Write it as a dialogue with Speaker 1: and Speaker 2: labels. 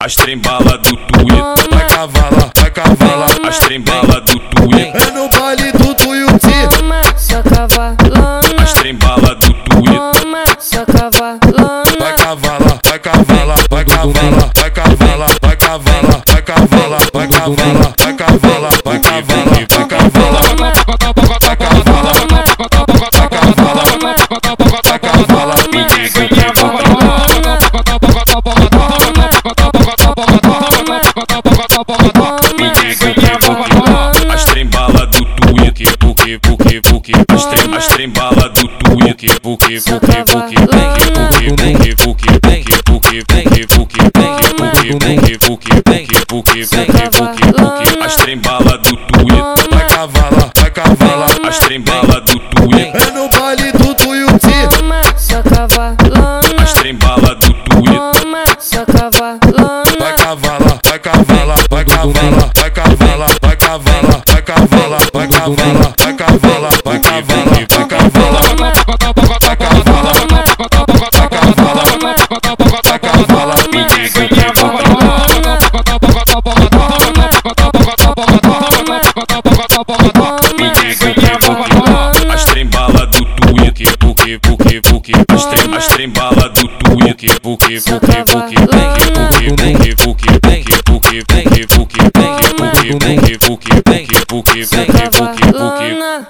Speaker 1: as trembala do Twitter.
Speaker 2: Vai cavala, vai cavala.
Speaker 1: As trembala do Twitter.
Speaker 2: É no baile do Tuiuti.
Speaker 3: Toma, sua cavalona.
Speaker 1: As trembala do Twitter.
Speaker 3: Toma, sua cavalona.
Speaker 2: Vai cavala, vai cavala, vai cavala, vai cavala, vai cavala, vai cavala, vai cavala, vai cavala, vai cavala, vai cavala. Vai cavala, vai cavala, vai cavala. Ninguém ganha ninguém ganha
Speaker 1: As trembala do Twitter.
Speaker 2: Porque, porque, porque,
Speaker 1: As trem- As trembala do Twitter.
Speaker 2: porque, porque, porque, porque, porque, porque, porque, porque, porque, porque, porque, porque, porque, porque, porque, porque, porque, porque, porque,
Speaker 1: As trembala do Twitter.
Speaker 2: vai cavala, vai cavala,
Speaker 1: As trembala do Twitter.
Speaker 2: é no baile do Tuiuti,
Speaker 3: Toma, sua cavalona.
Speaker 1: As trembala do Twitter.
Speaker 3: Toma, sua cavalona.
Speaker 2: vai cavala, vai cavala, vai cavala, vai cavala, vai cavala, vai cavala, vai cavala, vai cavala, vai cavala, vai cavala, vai cavala, vai cavala, vai cavala, ninguém ganha ninguém ganha
Speaker 1: As trembala do Twitter.
Speaker 2: Porque, porque, porque, porque, as três
Speaker 1: As trembala do
Speaker 2: porque,
Speaker 1: Twitter.
Speaker 2: porque, porque, porque, porque, porque, porque, porque, porque, porque, porque, porque, porque, porque, porque, porque, porque, porque, porque, porque, porque,
Speaker 3: Cavalona.